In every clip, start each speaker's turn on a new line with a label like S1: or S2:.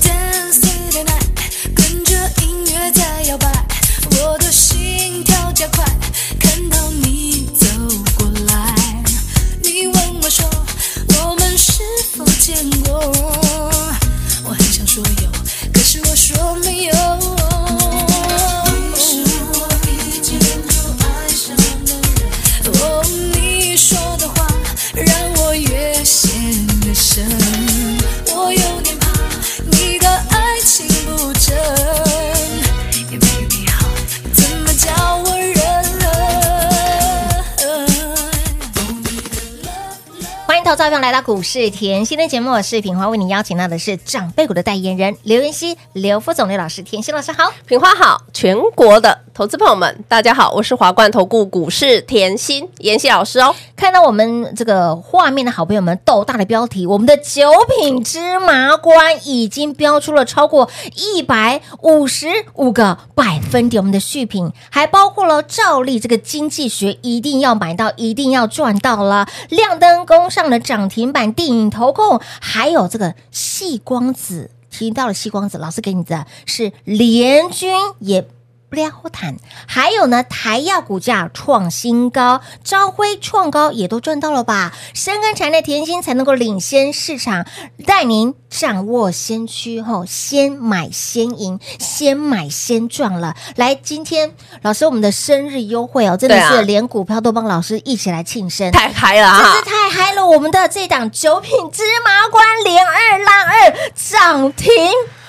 S1: Dancing the night，跟着音乐在摇摆，我的心跳加快，看到你走过来，你问我说，我们是否见过？我很想说有，可是我说没有。你是我一见就爱上的人，哦，你说的话让我越陷越深，我有点怕你的爱情不真。也没你好，怎么叫我人？
S2: 欢迎投资朋友来到股市甜心的节目，我是品花，为您邀请到的是长辈股的代言人刘云熙、刘副总、刘老师、甜心老师好。
S3: 品花好，全国的投资朋友们，大家好，我是华冠投顾股市甜心妍希老 师哦。
S2: 看到我们这个画面的好朋友们，豆大的标题，我们的九品芝麻官已经标出了超过一百五十五个百分点，我们的续品还包括了照例这个经济学一定要买到，一定要赚到啦，亮灯攻上了涨停板，电影投控，还有这个细光子。提到了细光子，老师给你的是联军也不撩谈，还有呢，台药股价创新高，朝晖创高也都赚到了吧？深耕产业，甜心才能够领先市场，带您掌握先驱后，先买先赢，先买先赚了。来，今天老师我们的生日优惠哦，真的
S3: 对啊
S2: 是连股票都帮老师一起来庆生，
S3: 太嗨了
S2: 真
S3: 啊
S2: 是！太嗨了！我们的这档九品芝麻官连二拉二涨停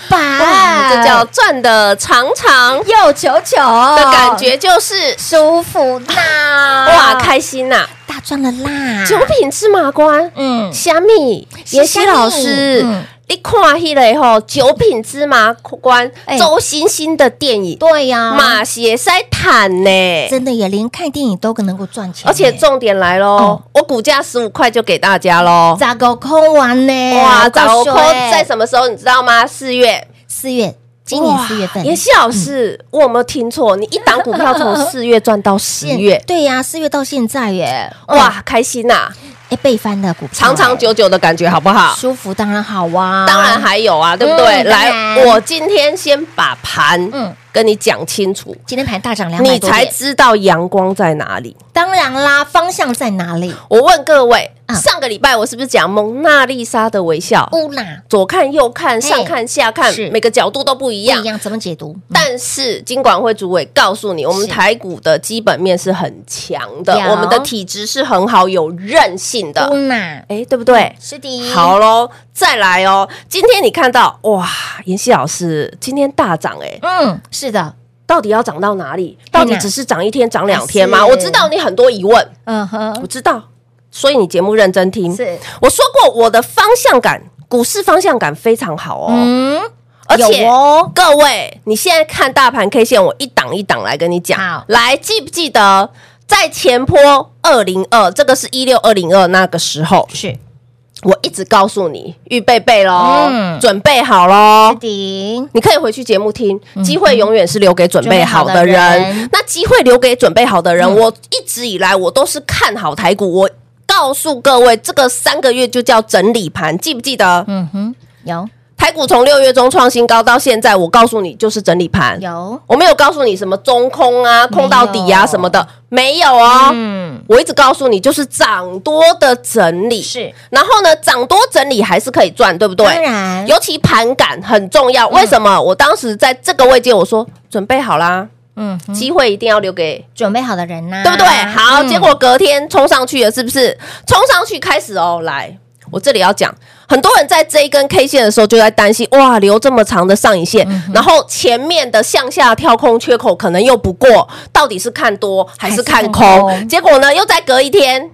S3: 哇，
S2: 板，
S3: 这叫赚的长长的
S2: 又九九的
S3: 感，觉，就是、
S2: 舒服啦！
S3: 哇，开心呐、
S2: 大赚了啦！
S3: 九品芝麻官，
S2: 嗯，
S3: 虾米
S2: 是
S3: 妍希老
S2: 虾
S3: 师。
S2: 米嗯
S3: 你看迄个吼，九品芝麻官
S2: 哎
S3: 周星星的电影，
S2: 对呀、
S3: 马血塞坦呢，
S2: 真的也连看电影都能够赚钱，
S3: 而且重点来喽
S2: 哦，
S3: 我股价十五块就给大家喽。
S2: 咋个空完呢？
S3: 哇，早
S2: 够秀
S3: 扣
S2: 欸
S3: 在什么时候你知道吗？四月，
S2: 四月，今年
S3: 哇
S2: 四月份。
S3: 妍希老师，我有没有听错？你一档股票从四月赚到十
S2: 现
S3: 月，
S2: 对呀、四月到现在耶，
S3: 哇，开心呐，
S2: 哎，被翻的股票，
S3: 长长久久的感觉好不好？
S2: 舒服，当然好啊，
S3: 当然还有啊，对不对？
S2: 嗯当
S3: 来，
S2: 然
S3: 我今天先把盘
S2: 嗯
S3: 跟你讲清楚，
S2: 今天盘大涨两百
S3: 你
S2: 多
S3: 才
S2: 点，
S3: 知道阳光在哪里。
S2: 当然啦，方向在哪里？
S3: 我问各位
S2: 嗯，
S3: 上个礼拜我是不是讲蒙娜丽莎的微笑？
S2: 乌啦，
S3: 左看右看，上看下看
S2: 是，
S3: 每个角度都不一
S2: 不
S3: 样
S2: 一。样，怎么解读？
S3: 但是金管会主委告诉你，我们台股的基本面是很强的
S2: 有，嗯
S3: 我们的体质是很好、有韧性
S2: 乌
S3: 的，
S2: 啦，
S3: 哎，对不对？
S2: 是的，
S3: 好喽，再来哦。今天你看到哇，妍希老师今天大涨哎、
S2: 嗯，是的，
S3: 到底要涨到哪里？到底只是涨一天、涨两天吗？
S2: 是
S3: 我知道你很多疑问，
S2: 嗯
S3: 我
S2: 哼，
S3: 知道，所以你节目认真听。
S2: 是，
S3: 我说过我的方向感，股市方向感非常好哦。
S2: 嗯，
S3: 而且
S2: 有哦
S3: 各位，你现在看大盘 K 线，我一档一档来跟你
S2: 好
S3: 讲。来，记不记得在前坡二零二，这个是一六二零二那个时候，
S2: 是
S3: 我一直告诉你，预备备喽，
S2: 嗯
S3: 准备好喽
S2: 是。的，
S3: 你可以回去节目听，机会永远是留给准备好的人。
S2: 嗯准备好的人嗯
S3: 那机会留给准备好的人，我一直以来我都是看好台股。我告诉各位，这个三个月就叫整理盘，记不记得？
S2: 嗯哼，有
S3: 台股从六月中创新高到现在，我告诉你就是整理盘。
S2: 有，
S3: 我没有告诉你什么中空啊、空到底
S2: 没有
S3: 啊什么的，没有哦。
S2: 嗯，
S3: 我一直告诉你，就是涨多的整理
S2: 是，
S3: 然后呢，涨多整理还是可以赚，对不对？
S2: 当然嗯
S3: 尤其盘感很重要。为什么？我当时在这个位阶，我说准备好啦，
S2: 嗯哼，
S3: 机会一定要留给，
S2: 准备好的人呐，
S3: 对不对？好，
S2: 嗯
S3: 结果隔天冲上去了，是不是？冲上去开始哦，来，我这里要讲，很多人在这一根 K 线的时候就在担心，哇，留这么长的上影线，
S2: 嗯
S3: 然后前面的向下跳空缺口可能又不过，到底是看多还是看空？
S2: 还是看空
S3: 结果呢，又再隔一天。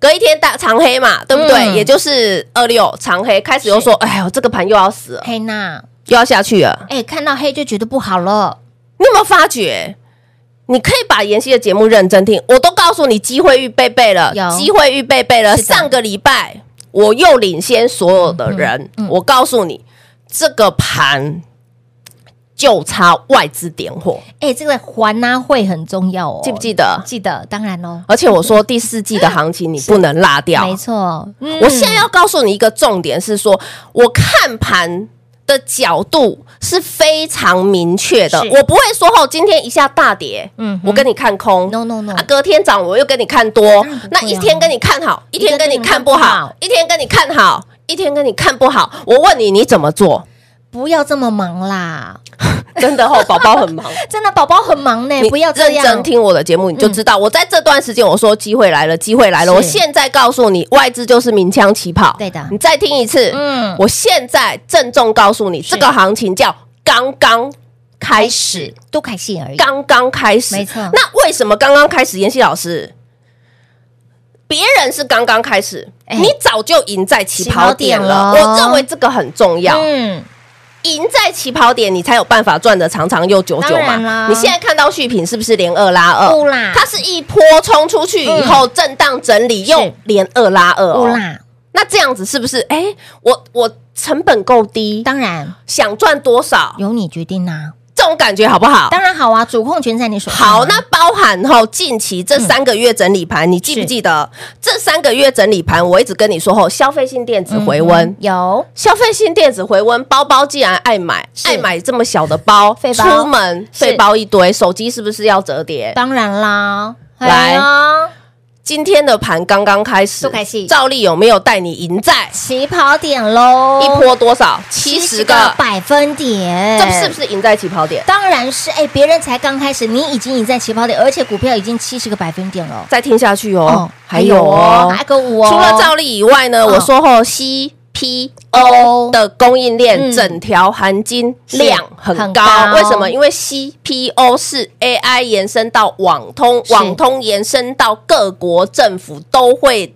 S3: 隔一天大长黑嘛，对不对？
S2: 嗯
S3: 也就是二六长黑开始又说，哎呦，这个盘又要死了，
S2: 黑娜，
S3: 又要下去了。
S2: 哎，看到黑就觉得不好了，
S3: 你有没有发觉？你可以把妍希的节目认真听，我都告诉你机会预备备了
S2: 有，
S3: 机会预备备了。
S2: 是的
S3: 上个礼拜我又领先所有的人，
S2: 嗯
S3: 我告诉你，这个盘就差外资点火，
S2: 哎，这个还啊会很重要哦，
S3: 记不记得？
S2: 记得？当然喽，
S3: 而且我说第四季的行情你不能落掉，
S2: 没错，嗯
S3: 我现在要告诉你一个重点是说，我看盘的角度是非常明确的，
S2: 是
S3: 我不会说哦，今天一下大跌，
S2: 嗯
S3: 嗯
S2: 哼，
S3: 我跟你看空
S2: No, no, no
S3: 啊，隔天涨我又跟你看多，
S2: 然不会啊
S3: 那一天跟你看好，一天跟你看不
S2: 一天跟你看不好
S3: 好，一天跟你看好，一天跟你看不好，我问你你怎么做？
S2: 不要这么忙啦，
S3: 真的哦，宝宝 很忙。
S2: 真的宝宝很忙呢，
S3: 你
S2: 哎不要这
S3: 认
S2: 样，嗯
S3: 真听我的节目，你就知道、我在这段时间我说机会来了，机会来了。
S2: 是
S3: 我现在告诉你，外资就是鸣枪起跑。
S2: 对的
S3: 你再听一次。
S2: 嗯
S3: 嗯，我现在郑重告诉你，这个行情叫刚刚开始，
S2: 多开心而已，
S3: 刚刚开始。
S2: 没错
S3: 那为什么刚刚开始？妍希老师，别人是刚刚开始，
S2: 哎
S3: 你早就赢在起跑点了。
S2: 起跑点了
S3: 我认为这个很重要。
S2: 嗯，
S3: 赢在起跑点，你才有办法赚的长长又久久
S2: 当然啦
S3: 嘛。你现在看到续品是不是连二拉二？
S2: 不啦
S3: 它是一波冲出去以后震荡整理，又连二拉二、
S2: 不
S3: 哦。
S2: 啦，
S3: 那这样子是不是？哎、我我成本够低，
S2: 当然
S3: 想赚多少，
S2: 由你决定呐，
S3: 这种感觉好不好？
S2: 当然好啊，主控权在你手上啊，
S3: 好，那包含吼近期这三个月整理盘，你记不
S2: 是
S3: 记得这三个月整理盘？我一直跟你说吼，消费性电子回
S2: 嗯
S3: 温，
S2: 有
S3: 消费性电子回温，包包既然爱买，
S2: 是
S3: 爱买这么小的包，
S2: 废包
S3: 出门
S2: 是
S3: 废包一堆，手机是不是要折叠？
S2: 当然啦，
S3: 来
S2: 哎呀
S3: 今天的盘刚刚开始
S2: 都开始，
S3: 照例有没有带你赢在
S2: 起跑点喽，
S3: 一波多少？七十个，
S2: 百分点，
S3: 这是不？是赢在起跑点？
S2: 当然是，哎，别人才刚开始，你已经赢在起跑点，而且股票已经七十个百分点了。
S3: 再听下去哦，还有
S2: 还
S3: 哦
S2: 有，个五哦，
S3: 除了照例以外呢，
S2: 嗯
S3: 我说吼 C P。E
S2: O
S3: 的供应链
S2: 嗯
S3: 整条含金量很
S2: 很
S3: 高，
S2: 高
S3: 为什么？因为 CPO 是 AI 延伸到网通，
S2: 是
S3: 网通延伸到各国政府都会。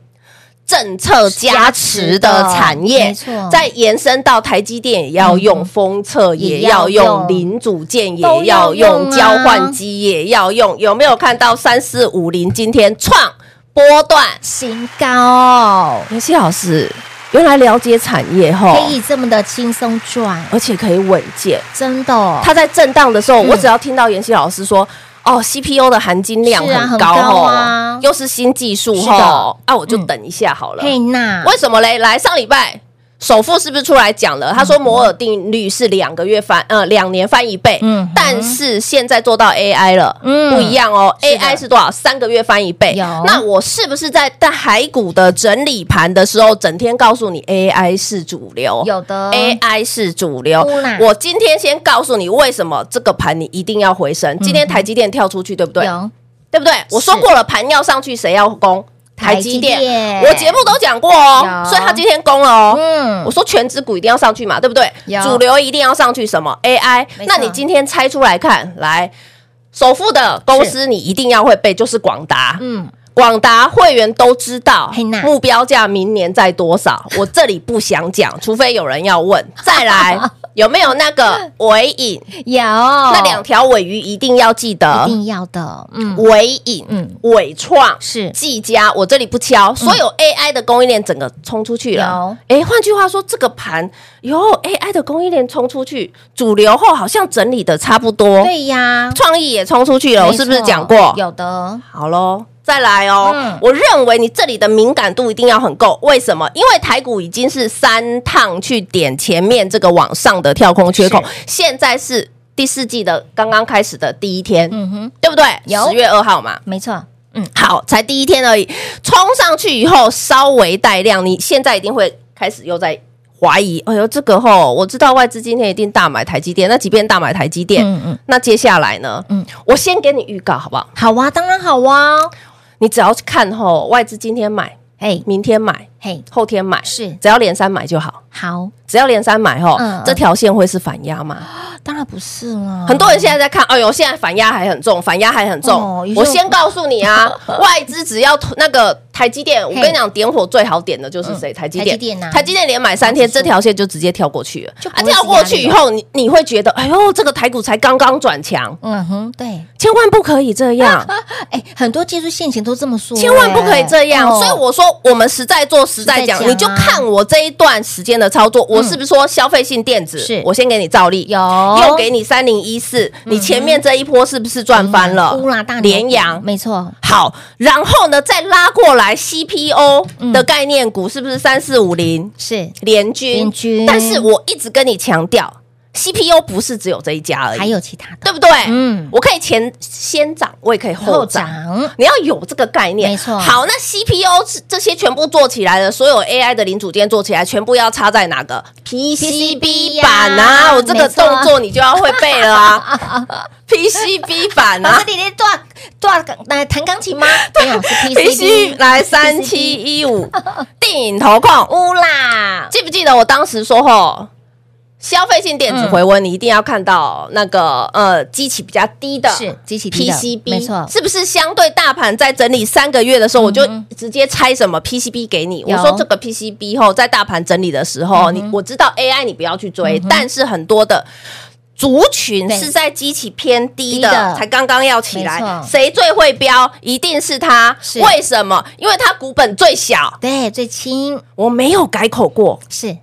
S3: 政策加持的产
S2: 加
S3: 业，
S2: 持的没错
S3: 再延伸到台积电也要用，封测也要
S2: 也要用
S3: 用，零组件也
S2: 都要
S3: 要
S2: 用啊
S3: 用，交换机也要用。有没有看到三四五零今天创波段？
S2: 新高，
S3: 妍希老师，原来了解产业后
S2: 可以这么的轻松赚，
S3: 而且可以稳健。
S2: 真的哦。
S3: 它在震荡的时候，
S2: 嗯
S3: 我只要听到妍希老师说。哦，CPU 的含金量
S2: 是啊
S3: 很高
S2: 很高
S3: 哦，
S2: 啊
S3: 又是新技术
S2: 是的嗯
S3: 哦，啊，我就等一下好了。
S2: 嘿娜，
S3: 为什么嘞？来，上礼拜首富是不是出来讲
S2: 嗯
S3: 了？他说摩尔定律是两个月翻，呃，两年翻一倍。
S2: 嗯
S3: 嗯，但是现在做到 AI 了，
S2: 嗯
S3: 不一样哦。
S2: 是的
S3: AI 是多少？三个月翻一倍。
S2: 有
S3: 那我是不是在在海股的整理盘的时候，整天告诉你 AI 是主流？
S2: 嗯有的
S3: AI 是主流
S2: 不啦。
S3: 我今天先告诉你为什么这个盘你一定要回升。今天台积电跳出去，对不对？
S2: 嗯有
S3: 对不对？我说过了，盘要上去，谁要攻？
S2: 台
S3: 台
S2: 积
S3: 积
S2: 电
S3: 电。我节目都讲过哦
S2: 有，
S3: 所以他今天攻了哦。
S2: 嗯
S3: 我说全指股一定要上去嘛，对不对
S2: 有？
S3: 主流一定要上去，什么 AI？
S2: 没错
S3: 那你今天拆出来看，来首富的公司你一定要会背，就是广达。
S2: 嗯，
S3: 广达会员都知道
S2: 嘿呐
S3: 目标价明年在多少，我这里不想讲，除非有人要问。再来，有没有那个尾影？
S2: 有
S3: 那
S2: 那
S3: 两条尾鱼一定要记得，
S2: 哦一定要的，嗯，
S3: 伟影、
S2: 嗯
S3: 嗯、伟创
S2: 是
S3: 技嘉，我这里不敲，所
S2: 嗯
S3: 有 AI 的供应链整个冲出去了。哎，换句话说，这个盘有 AI 的供应链冲出去，主流后好像整理的差不多，
S2: 对呀，
S3: 创意也冲出去了，我哦是不
S2: 没
S3: 是
S2: 错
S3: 讲过？
S2: 有的，
S3: 好喽。再来哦、
S2: 嗯
S3: 我认为你这里的敏感度一定要很够，为什么？因为台股已经是三趟去点前面这个往上的跳空缺口，现在是第四季的刚刚开始的第一天，
S2: 嗯哼，
S3: 对不对？
S2: 有
S3: 十月二号嘛，
S2: 没错，嗯，
S3: 好，才第一天而已，冲上去以后稍微带量，你现在一定会开始又在怀疑，哎呦，这个吼，我知道外资今天一定大买台积电，那即便大买台积电，
S2: 嗯嗯
S3: 那接下来呢？
S2: 嗯
S3: 嗯，我先给你预告好不好？
S2: 好啊，当然好啊，
S3: 你只要看吼，外资今天买，
S2: 哎
S3: 明天买，
S2: 嘿，
S3: 后天买
S2: 是
S3: 只要连三买就好，
S2: 好，
S3: 只要连三买吼，
S2: 嗯
S3: 这条线会是反压嘛？
S2: 当然不是啦，
S3: 很多人现在在看，哎呦，现在反压还很重，反压还很重。
S2: 哦于是
S3: 我先告诉你啊， 外资只要那个台积电，我跟你讲，点火最好点的就是谁？台积电，
S2: 台积电啊
S3: 台积电连买三天，这条线就直接跳过去了
S2: 就。不
S3: 啊，
S2: 会
S3: 跳过去
S2: 是压力
S3: 以后，你你会觉得，哎呦，这个台股才刚刚转强，
S2: 嗯哼，对，
S3: 千万不可以这 样，
S2: 哎，很多技术陷阱都这么说，
S3: 千万不可以这样。
S2: 哦
S3: 所以我说，我们实在做实
S2: 实
S3: 在
S2: 在
S3: 讲，
S2: 讲啊
S3: 你就看我这一段时间的操作，我是不是说消费性电子？
S2: 是
S3: 我先给你照例，
S2: 有
S3: 又给你三零一四，
S2: 嗯
S3: 你前面这一波是不是赚翻了？
S2: 乌嗯拉大牛
S3: 连阳。
S2: 没错，
S3: 好，然后呢，再拉过来
S2: 嗯
S3: CPO 的概念股是不是三四五零
S2: 是
S3: 联军？
S2: 联军
S3: 但是我一直跟你强调，CPO 不是只有这一家而已，
S2: 还有其他的，
S3: 对不对？
S2: 嗯
S3: 嗯，我可以前先涨，我也可以后涨。
S2: 长
S3: 你要有这个概念，
S2: 没错
S3: 好，那 CPU 是这些全部做起来了，所有 AI 的零组件做起来，全部要插在哪个
S2: PCB
S3: PCB
S2: 呀
S3: 板啊？我这个
S2: 没错
S3: 动作你就要会背了啊 ，PCB 板
S2: 老
S3: 啊
S2: 师，弟弟多多来弹钢琴吗？没有，是
S3: ，PCB
S2: PCB
S3: 来三七一五，电影投控，
S2: 乌啦，
S3: 记不记得我当时说吼？消费性电子回
S2: 嗯
S3: 温，你一定要看到那个呃，机器比较低的，
S2: 是机器低的
S3: PCB，
S2: 没错嗯
S3: 是不是相对大盘在整理三个月的时候，我就直接拆什么 PCB 给你？
S2: 有嗯
S3: 我说这个 PCB 后在大盘整理的时候，你我知道 AI 你不要去追，但是很多的。族群
S2: 对
S3: 是在基期偏低的
S2: 低的，
S3: 才刚刚要起
S2: 没
S3: 来
S2: 错，
S3: 谁最会标？一定是它。
S2: 是
S3: 为什么？因为它股本最小，
S2: 对，最轻
S3: 我没有改口过，
S2: 是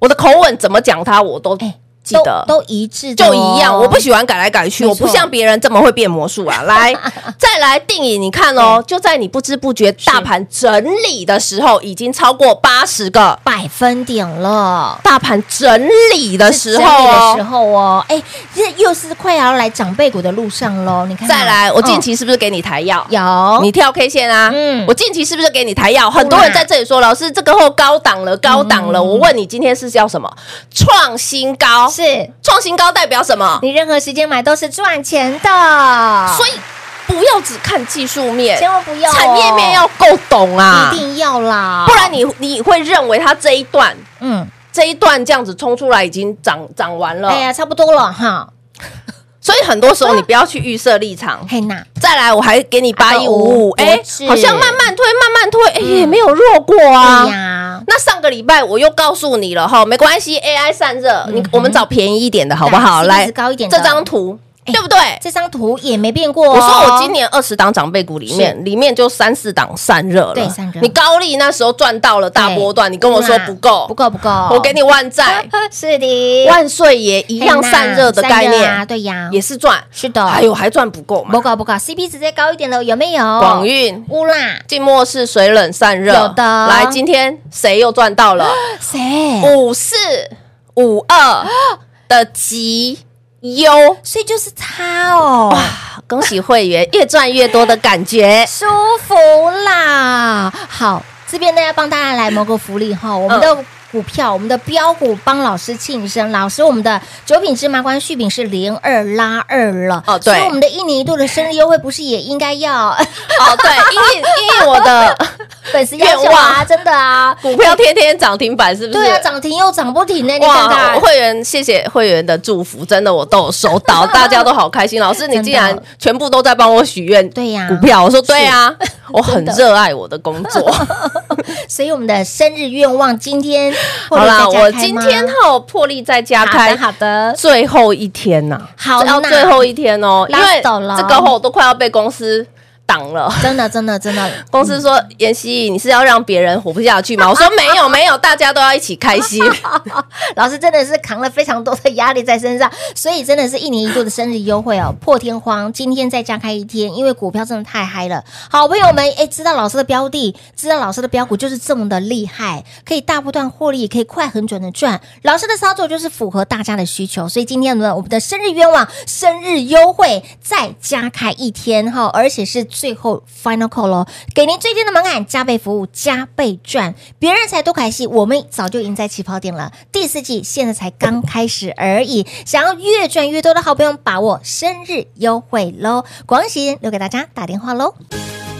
S3: 我的口吻怎么讲它，我都
S2: 哎
S3: 记得，
S2: 都都一致的哦，
S3: 就一样，我不喜欢改来改去，
S2: 没
S3: 我
S2: 错
S3: 不像别人这么会变魔术 啊！来，再来定义，你看哦，就在你不知不觉大盘整理的时候，已经超过八十个。
S2: 百分点了。
S3: 大盘整理的时候
S2: 整理的时
S3: 哦，
S2: 候哦，哎，这又是快要来长辈股的路上喽。你看，
S3: 再来，我近
S2: 嗯
S3: 期是不是给你抬药？
S2: 有
S3: 你跳 K 线啊，
S2: 嗯
S3: 我近期是不是给你抬药？很多人在这里说，老师这个后高档了，高档了。我问你，今天是叫什么？创新高，
S2: 嗯是
S3: 创新高代表什么？
S2: 你任何时间买都是赚钱的，
S3: 所以不要只看技术面，
S2: 千万不要哦
S3: 产业面要够懂啊
S2: 一，定要啦，
S3: 不然你你会认为它这一段
S2: 嗯，
S3: 这一段这样子冲出来已经涨涨完了，
S2: 哎呀，差不多了哈。
S3: 所以很多时候你不要去预设立场。
S2: 嘿娜，
S3: 再来，我还给你八一五五，
S2: 哎
S3: 哎
S2: 国智，
S3: 好像慢慢推，慢慢推，哎，也没有弱过啊
S2: 对。嗯哎呀，
S3: 那上个礼拜我又告诉你了哈，没关系，AI 散热，你我们找便宜一点的好不
S2: 嗯
S3: 好？
S2: 对 CP 值
S3: 来，
S2: 高一点的哎
S3: 这张图，对不对？
S2: 这张图也没变过哦。
S3: 我说我今年二十档长辈股里面，里面就三四档散热了。
S2: 对散热
S3: 你高利那时候赚到了大波段，你跟我说不够，
S2: 不，够不够，
S3: 我给你万债，
S2: 是的，
S3: 万岁爷一
S2: 一
S3: 样散热的概念
S2: 对呀，
S3: 也是赚，
S2: 是的
S3: 还有还赚不够
S2: 啊哦不
S3: 嘛？
S2: 够不够，CP 值再高一点的有没有？
S3: 广运。
S2: 乌啦，
S3: 静默式水冷散热，
S2: 有的
S3: 来，今天谁又赚到了
S2: 谁？
S3: 五四五二的极优？
S2: 所以就是它哦，
S3: 恭喜会员，越赚越多的感觉。
S2: 舒服啦。好，这边呢要帮大家来谋个福利
S3: 嗯
S2: 哈，我们的。股票，我们的标股帮老师庆生，老师，我们的九品芝麻官续品是零二拉二了，
S3: 哦对
S2: 所以我们的一年一度的生日优惠不是也应该要
S3: 哦，对，因为因为我的
S2: 粉丝要求
S3: 愿
S2: 啊，
S3: 望
S2: 真的啊，
S3: 股票天天涨停板是不是？
S2: 对啊，涨停又涨不停呢，你看
S3: 哇！
S2: 看
S3: 我，会员谢谢会员的祝福，真的我都有收 到，大家都好开心。老师，你
S2: 真的
S3: 竟然全部都在帮我许愿，
S2: 对呀
S3: 股票，我说对啊，我很
S2: 真的
S3: 热爱我的工作。
S2: 所以我们的生日愿望今 天
S3: 好啦，
S2: 获利在家
S3: 我
S2: 开
S3: 今
S2: 吗
S3: 天后破例在家
S2: 好
S3: 开
S2: 的，好的，
S3: 最后一天呐，
S2: 好
S3: 要
S2: 那
S3: 最后一天哦，因
S2: Last
S3: 为
S2: 了
S3: 这个后我都快要被公司挡 了。
S2: 真的真的真的，
S3: 公司说：“妍希，你是要让别人活不下去吗？”我说：“没有，没有，大家都要一起开 心。 哦
S2: 老师真的是扛了非常多的压力在身上，所以真的是一年一度的生日优惠哦，破天荒！今天再加开一天，因为股票真的太嗨了。好朋友们，哎，知道老师的标的，知道老师的标股就是这么的厉害，可以大波段获利，也可以快很准的赚。老师的操作就是符合大家的需求，所以今天呢，我们的生日愿望、生日优惠再加开一天哈、而且是最后 final call 喽，给您最低的门槛，加倍服务，加倍赚。别人才多凯西，我们早就赢在起跑点了。第四季现在才刚开始而已，想要越赚越多的好朋友，把握生日优惠喽！广告时间留给大家打电话喽。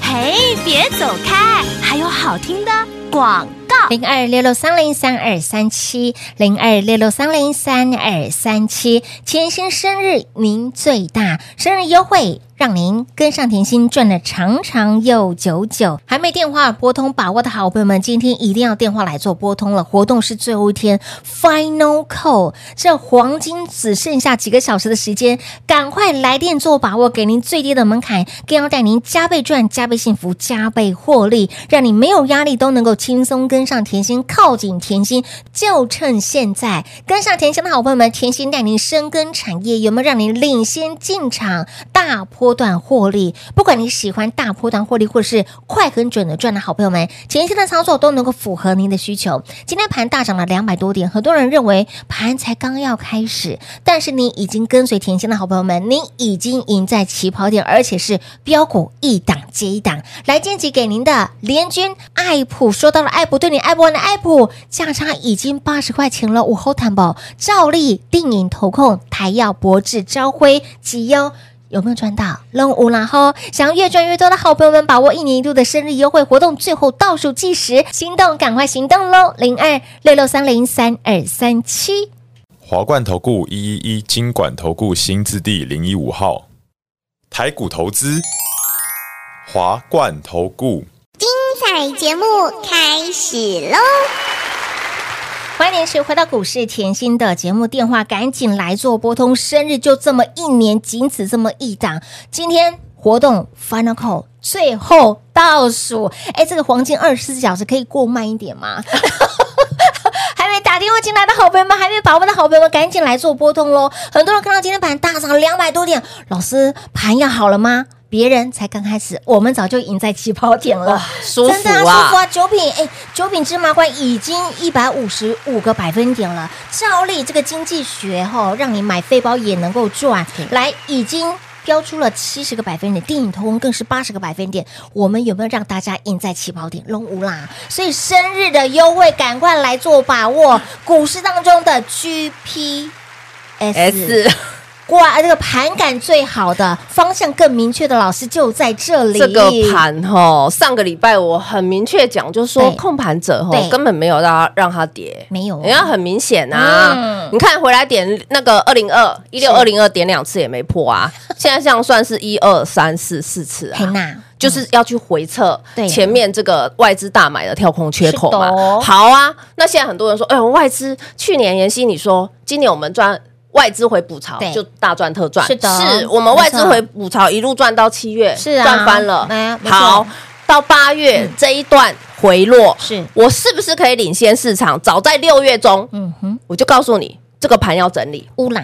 S4: 嘿，别走开，还有好听的
S5: 广告。
S2: 零二六六三零三二三七，零二六六三零三二三七。甜心生日您最大，生日优惠让您跟上甜心赚的长长又久久。还没电话拨通把握的好朋友们，今天一定要电话来做拨通了。活动是最后一天，Final Call，这黄金只剩下几个小时的时间，赶快来电做把握，给您最低的门槛，更要带您加倍赚、加倍幸福、加倍获利，让你没有压力都能够轻松跟上甜心，靠近甜心，就趁现在跟上甜心的好朋友们，甜心带您深耕产业，有没有让您领先进场大波段获利？不管你喜欢大波段获利，或是快很准的赚的好朋友们，甜心的操作都能够符合您的需求。今天盘大涨了两百多点，很多人认为盘才刚要开始，但是你已经跟随甜心的好朋友们，您已经赢在起跑点，而且是标股一档接一档。来，今集给您的联军爱普，说到了爱普，对你爱不完的爱普，价差已经八十块钱了。午后谈宝，照例定影投控，台药、博智、朝晖、吉优。有没有赚到？扔五然后想要越赚越多的好朋友们，把握一年一度的生日优惠活动，最后倒数计时，心动赶快行动喽！零二六六三零三二三七。
S6: 华冠投顾一一一金管投顾新字第零一五号，台股投资，华冠投顾。
S4: 彩节目开始喽！
S2: 欢迎是回到股市甜心的节目，电话赶紧来做拨通，生日就这么一年，仅此这么一档。今天活动 final call 最后倒数，哎，这个黄金二十四小时可以过慢一点吗？ 还没打电话进来的好朋友们，还没把握的好朋友们，赶紧来做波动喽！很多人看到今天盘大涨两百多点，老师盘要好了吗？别人才刚开始，我们早就赢在起跑点了，
S3: 舒服啊
S2: 真的啊，舒服啊！九品哎，九品芝麻官已经一百五十五个百分点了，照例这个经济学哈、让你买废包也能够赚，来已经。标出了七十个百分点，电影通更是八十个百分点。我们有没有让大家赢在起跑点？龙无啦！所以生日的优惠，赶快来做把握。股市当中的 GPS
S3: S
S2: 哇，呃这个盘感最好的方向更明确的老师就在这里。
S3: 这个盘哈，上个礼拜我很明确讲，就说
S2: 对
S3: 控盘者哈
S2: 对
S3: 根本没有让它让它跌，
S2: 没有啊
S3: 人家很明显啊
S2: 嗯。
S3: 你看回来点那个二零二一六二零二点两次也没破啊，现在这样算是一二三四四次
S2: 佩
S3: 啊。
S2: 娜
S3: 就是要去回测
S2: 对
S3: 前面这个外资大买的跳空缺口嘛
S2: 是的哦。
S3: 好啊，那现在很多人说，哎呦，外资去年妍希你说，今年我们赚。外资回补潮
S2: 对
S3: 就大赚特赚，
S2: 是的
S3: 是我们
S2: 没错
S3: 外资回补潮一路赚到七月，
S2: 是啊
S3: 赚翻了
S2: 哎没。错
S3: 好，到八月这一段回落，
S2: 嗯是
S3: 我是不是可以领先市场？早在六月中，
S2: 嗯哼，
S3: 我就告诉你这个盘要整理，
S2: 乌啦，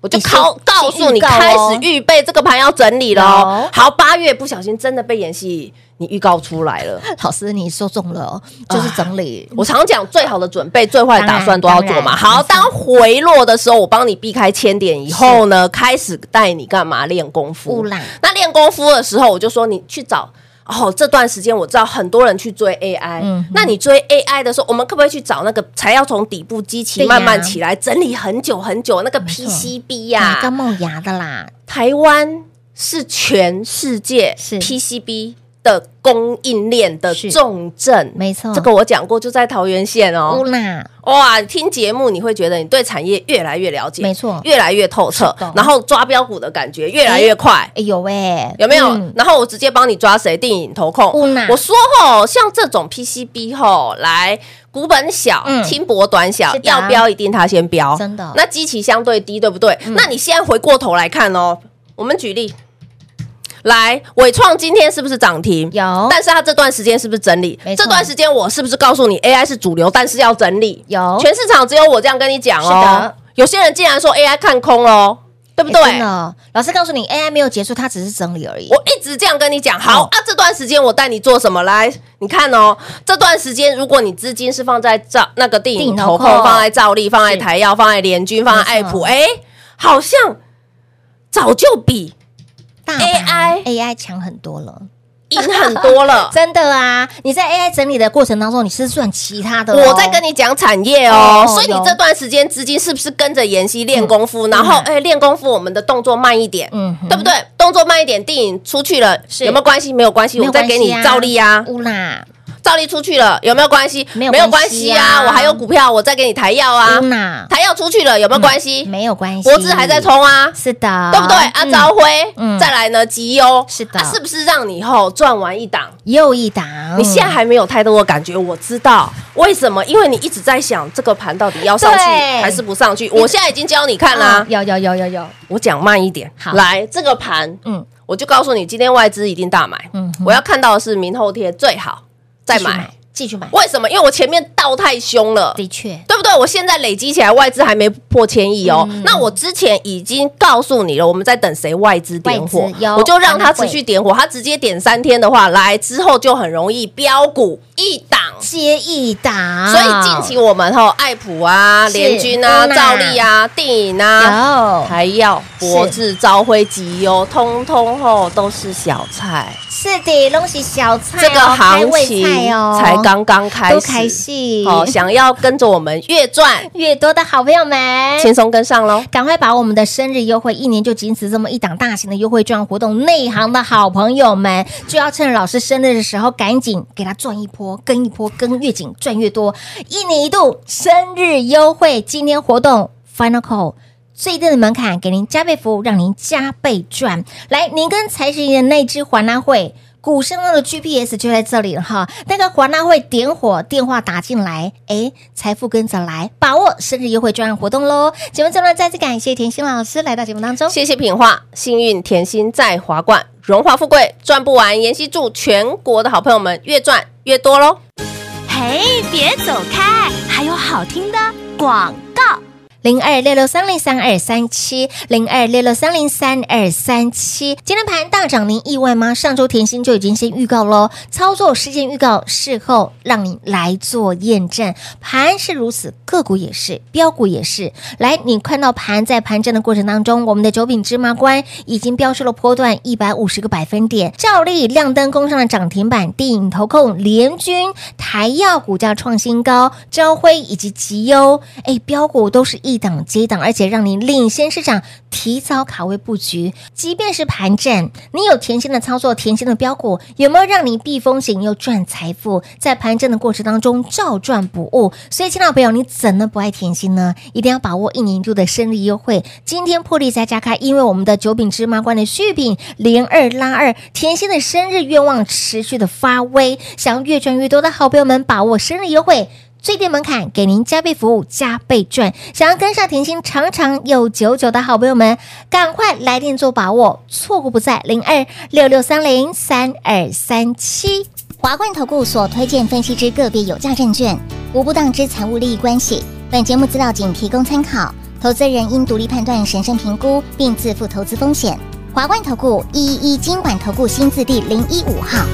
S3: 我就
S2: 你先
S3: 告告诉
S2: 先
S3: 你
S2: 预告哦
S3: 开始预备这个盘要整理了哦。
S2: 有
S3: 好，八月不小心真的被妍希你预告出 来了。
S2: 老师你说中了哦，就是整理。
S3: 啊我常讲，最好的准备、最坏的打算都要做
S2: 当然
S3: 嘛。好，当回落的时候，我帮你避开千点以后呢，开始带你干嘛练功夫
S2: 不啦。
S3: 那练功夫的时候，我就说你去找。哦，这段时间我知道很多人去追 AI，、
S2: 嗯
S3: 那你追 AI 的时候，我们可不可以去找那个才要从底部基
S2: 对
S3: 期
S2: 呀
S3: 慢慢起来、整理很久很久那个
S2: 错嗯
S3: PCB
S2: 哪
S3: 呀、
S2: 个啊梦牙的啦？
S3: 台湾是全世界
S2: 是
S3: PCB 的供应链的
S2: 是
S3: 重镇，
S2: 没错
S3: 这个我讲过，就在桃园县
S2: 乌
S3: 哦。
S2: 啦，
S3: 哇，听节目你会觉得你对产业越来越了解，
S2: 没错
S3: 越来越透彻
S2: 是的，
S3: 然后抓标股的感觉越来越快。
S2: 哎呦喂，
S3: 有没有？
S2: 嗯
S3: 然后我直接帮你抓谁定影投控
S2: 嗯呐。
S3: 我说吼，像这种 PCB 吼，来股本小
S2: 嗯、
S3: 轻薄短小
S2: 是，的啊
S3: 要标一定它先标，
S2: 真的嗯
S3: 那基期相对低，对不对？那你现在回过头来看哦，我们举例。来，伟创今天是不是涨停？
S2: 有
S3: 但是它这段时间是不是整理
S2: 没？错
S3: 这段时间我是不是告诉你 AI 是主流，但是要整理？
S2: 有
S3: 全市场只有我这样跟你讲
S2: 是
S3: 哦
S2: 的。
S3: 有些人竟然说 AI 看空哦，对不对？
S2: 哎真的哦，老师告诉你，AI 没有结束，它只是整理而已。
S3: 我一直这样跟你讲，好、
S2: 嗯
S3: 啊，这段时间我带你做什么？来，你看哦，这段时间如果你资金是放在照那个电影
S2: 电影投
S3: 投
S2: 控
S3: 控，放在兆利，放在台药，放在联军，放在爱
S2: 没错
S3: 普，哎，好像早就比
S2: 大盘
S3: AI
S2: AI 强很多了，
S3: 赢很 多了。
S2: 真的啊！你在 AI 整理的过程当中，你是赚其他的哦、
S3: 我在跟你讲产业哦，
S2: 哦
S3: 所以你
S2: 有
S3: 这段时间资金是不是跟着妍希练功夫？然后哎，练功夫我们的动作慢一点，
S2: 嗯哼
S3: 对不对？动作慢一点，电影出去了
S2: 是
S3: 有没有关系？没有关系，
S2: 没
S3: 我
S2: 有
S3: 们再
S2: 关系啊
S3: 给你照例啊。
S2: 乌啦，
S3: 照例出去了，有没有关系？
S2: 没有
S3: 关
S2: 关
S3: 系
S2: 系啊
S3: 啊，我还有股票，我再给你抬药啊
S2: 嗯。呐，
S3: 抬药出去了，有没有关系？
S2: 没有关系，
S3: 国资还在，冲啊。
S2: 是的，
S3: 对不对？啊，
S2: 嗯
S3: 朝晖，
S2: 嗯
S3: 再来呢，吉优，
S2: 是的嗯
S3: 啊是不是让你以后赚完一档，
S2: 又一档，
S3: 你现在还没有太多的感觉，我知道为什么，因为你一直在想这个盘到底要上去
S2: 对
S3: 还是不上去。我现在已经教你看啊啦、
S2: 嗯有有有有有，
S3: 我讲慢一点
S2: 好。
S3: 来，这个盘，
S2: 嗯，
S3: 我就告诉你，今天外资一定大买。
S2: 嗯哼
S3: 我要看到的是明后天最好再
S2: 继续
S3: 买。，
S2: 继续买，
S3: 为什么？因为我前面倒太凶了。
S2: 的确，
S3: 对不对？我现在累积起来外资还没破千亿哦。
S2: 嗯
S3: 那我之前已经告诉你了，我们在等谁外资点火
S2: 外资，有
S3: 我就让它
S2: 他们
S3: 持
S2: 会
S3: 续点火。它直接点三天的话，来之后就很容易标股一档。
S2: 接一档，
S3: 所以近期我们吼爱普啊、
S2: 啊是
S3: 联军啊、
S2: 嗯啊
S3: 兆利啊、电影啊。
S2: 有
S3: 还要博智、朝晖、集优，哦通通吼都是小菜。
S2: 是的，东西小菜哦，
S3: 这个
S2: 开
S3: 行
S2: 胃
S3: 情
S2: 菜哦，
S3: 才刚刚开
S2: 都
S3: 始，
S2: 开戏，
S3: 哦，想要跟着我们越赚，
S2: 越多的好朋友们，
S3: 轻松跟上喽。
S2: 赶快把我们的生日优惠，一年就仅此这么一档大型的优惠券活动，内行的好朋友们就要趁老师生日的时候，赶紧给他赚一波，跟一波，跟越紧赚越多，一年一度生日优惠，今天活动 final call。最低的门槛给您加倍服务，让您加倍赚。来，您跟财神爷的那只环拉会。股升浪的 GPS 就在这里了哈，那个华纳会点火，电话打进来，哎，财富跟着来，把握生日优惠专案活动喽！节目最后呢再次感谢甜心老师来到节目当中，
S3: 谢谢品画，幸运甜心在华冠，荣华富贵赚不完。妍希祝全国的好朋友们越赚越多喽！
S5: 嘿，别走开，还有好听的广告。
S2: 零二六六三零三二三七，零二六六三零三二三七。今天盘大涨，您意外吗？上周甜心就已经先预告喽，操作事件预告，事后让您来做验证。盘是如此，个股也是，标股也是。来，你看到盘在盘整的过程当中，我们的九品芝麻官已经标出了波段一百五十个百分点，照例亮灯攻上了涨停板，电影投控、联军、台药股价创新高，朝晖以及吉优，哎，标股都是一档接一档，而且让您领先市场，提早卡位布局。即便是盘战，你有甜心的操作，甜心的标股有没有让你避风险又赚财富？在盘战的过程当中，照赚不误。所以，亲爱的朋友，你怎能不爱甜心呢？一定要把握一年一度的生日优惠，今天破例再加开，因为我们的九品芝麻官的续品连二拉二，甜心的生日愿望持续的发威，想要越赚越多的好朋友们，把握生日优惠。最低门槛给您加倍服务，加倍赚。想要跟上甜心长长又久久的好朋友们，赶快来电做把握，错过不再。零二六六三零三二三七。
S7: 华冠投顾所推荐分析之个别有价证券，无不当之财务利益关系。本节目资料仅提供参考，投资人应独立判断、审慎评估，并自负投资风险。华冠投顾一一一金管投顾新字第零一五号。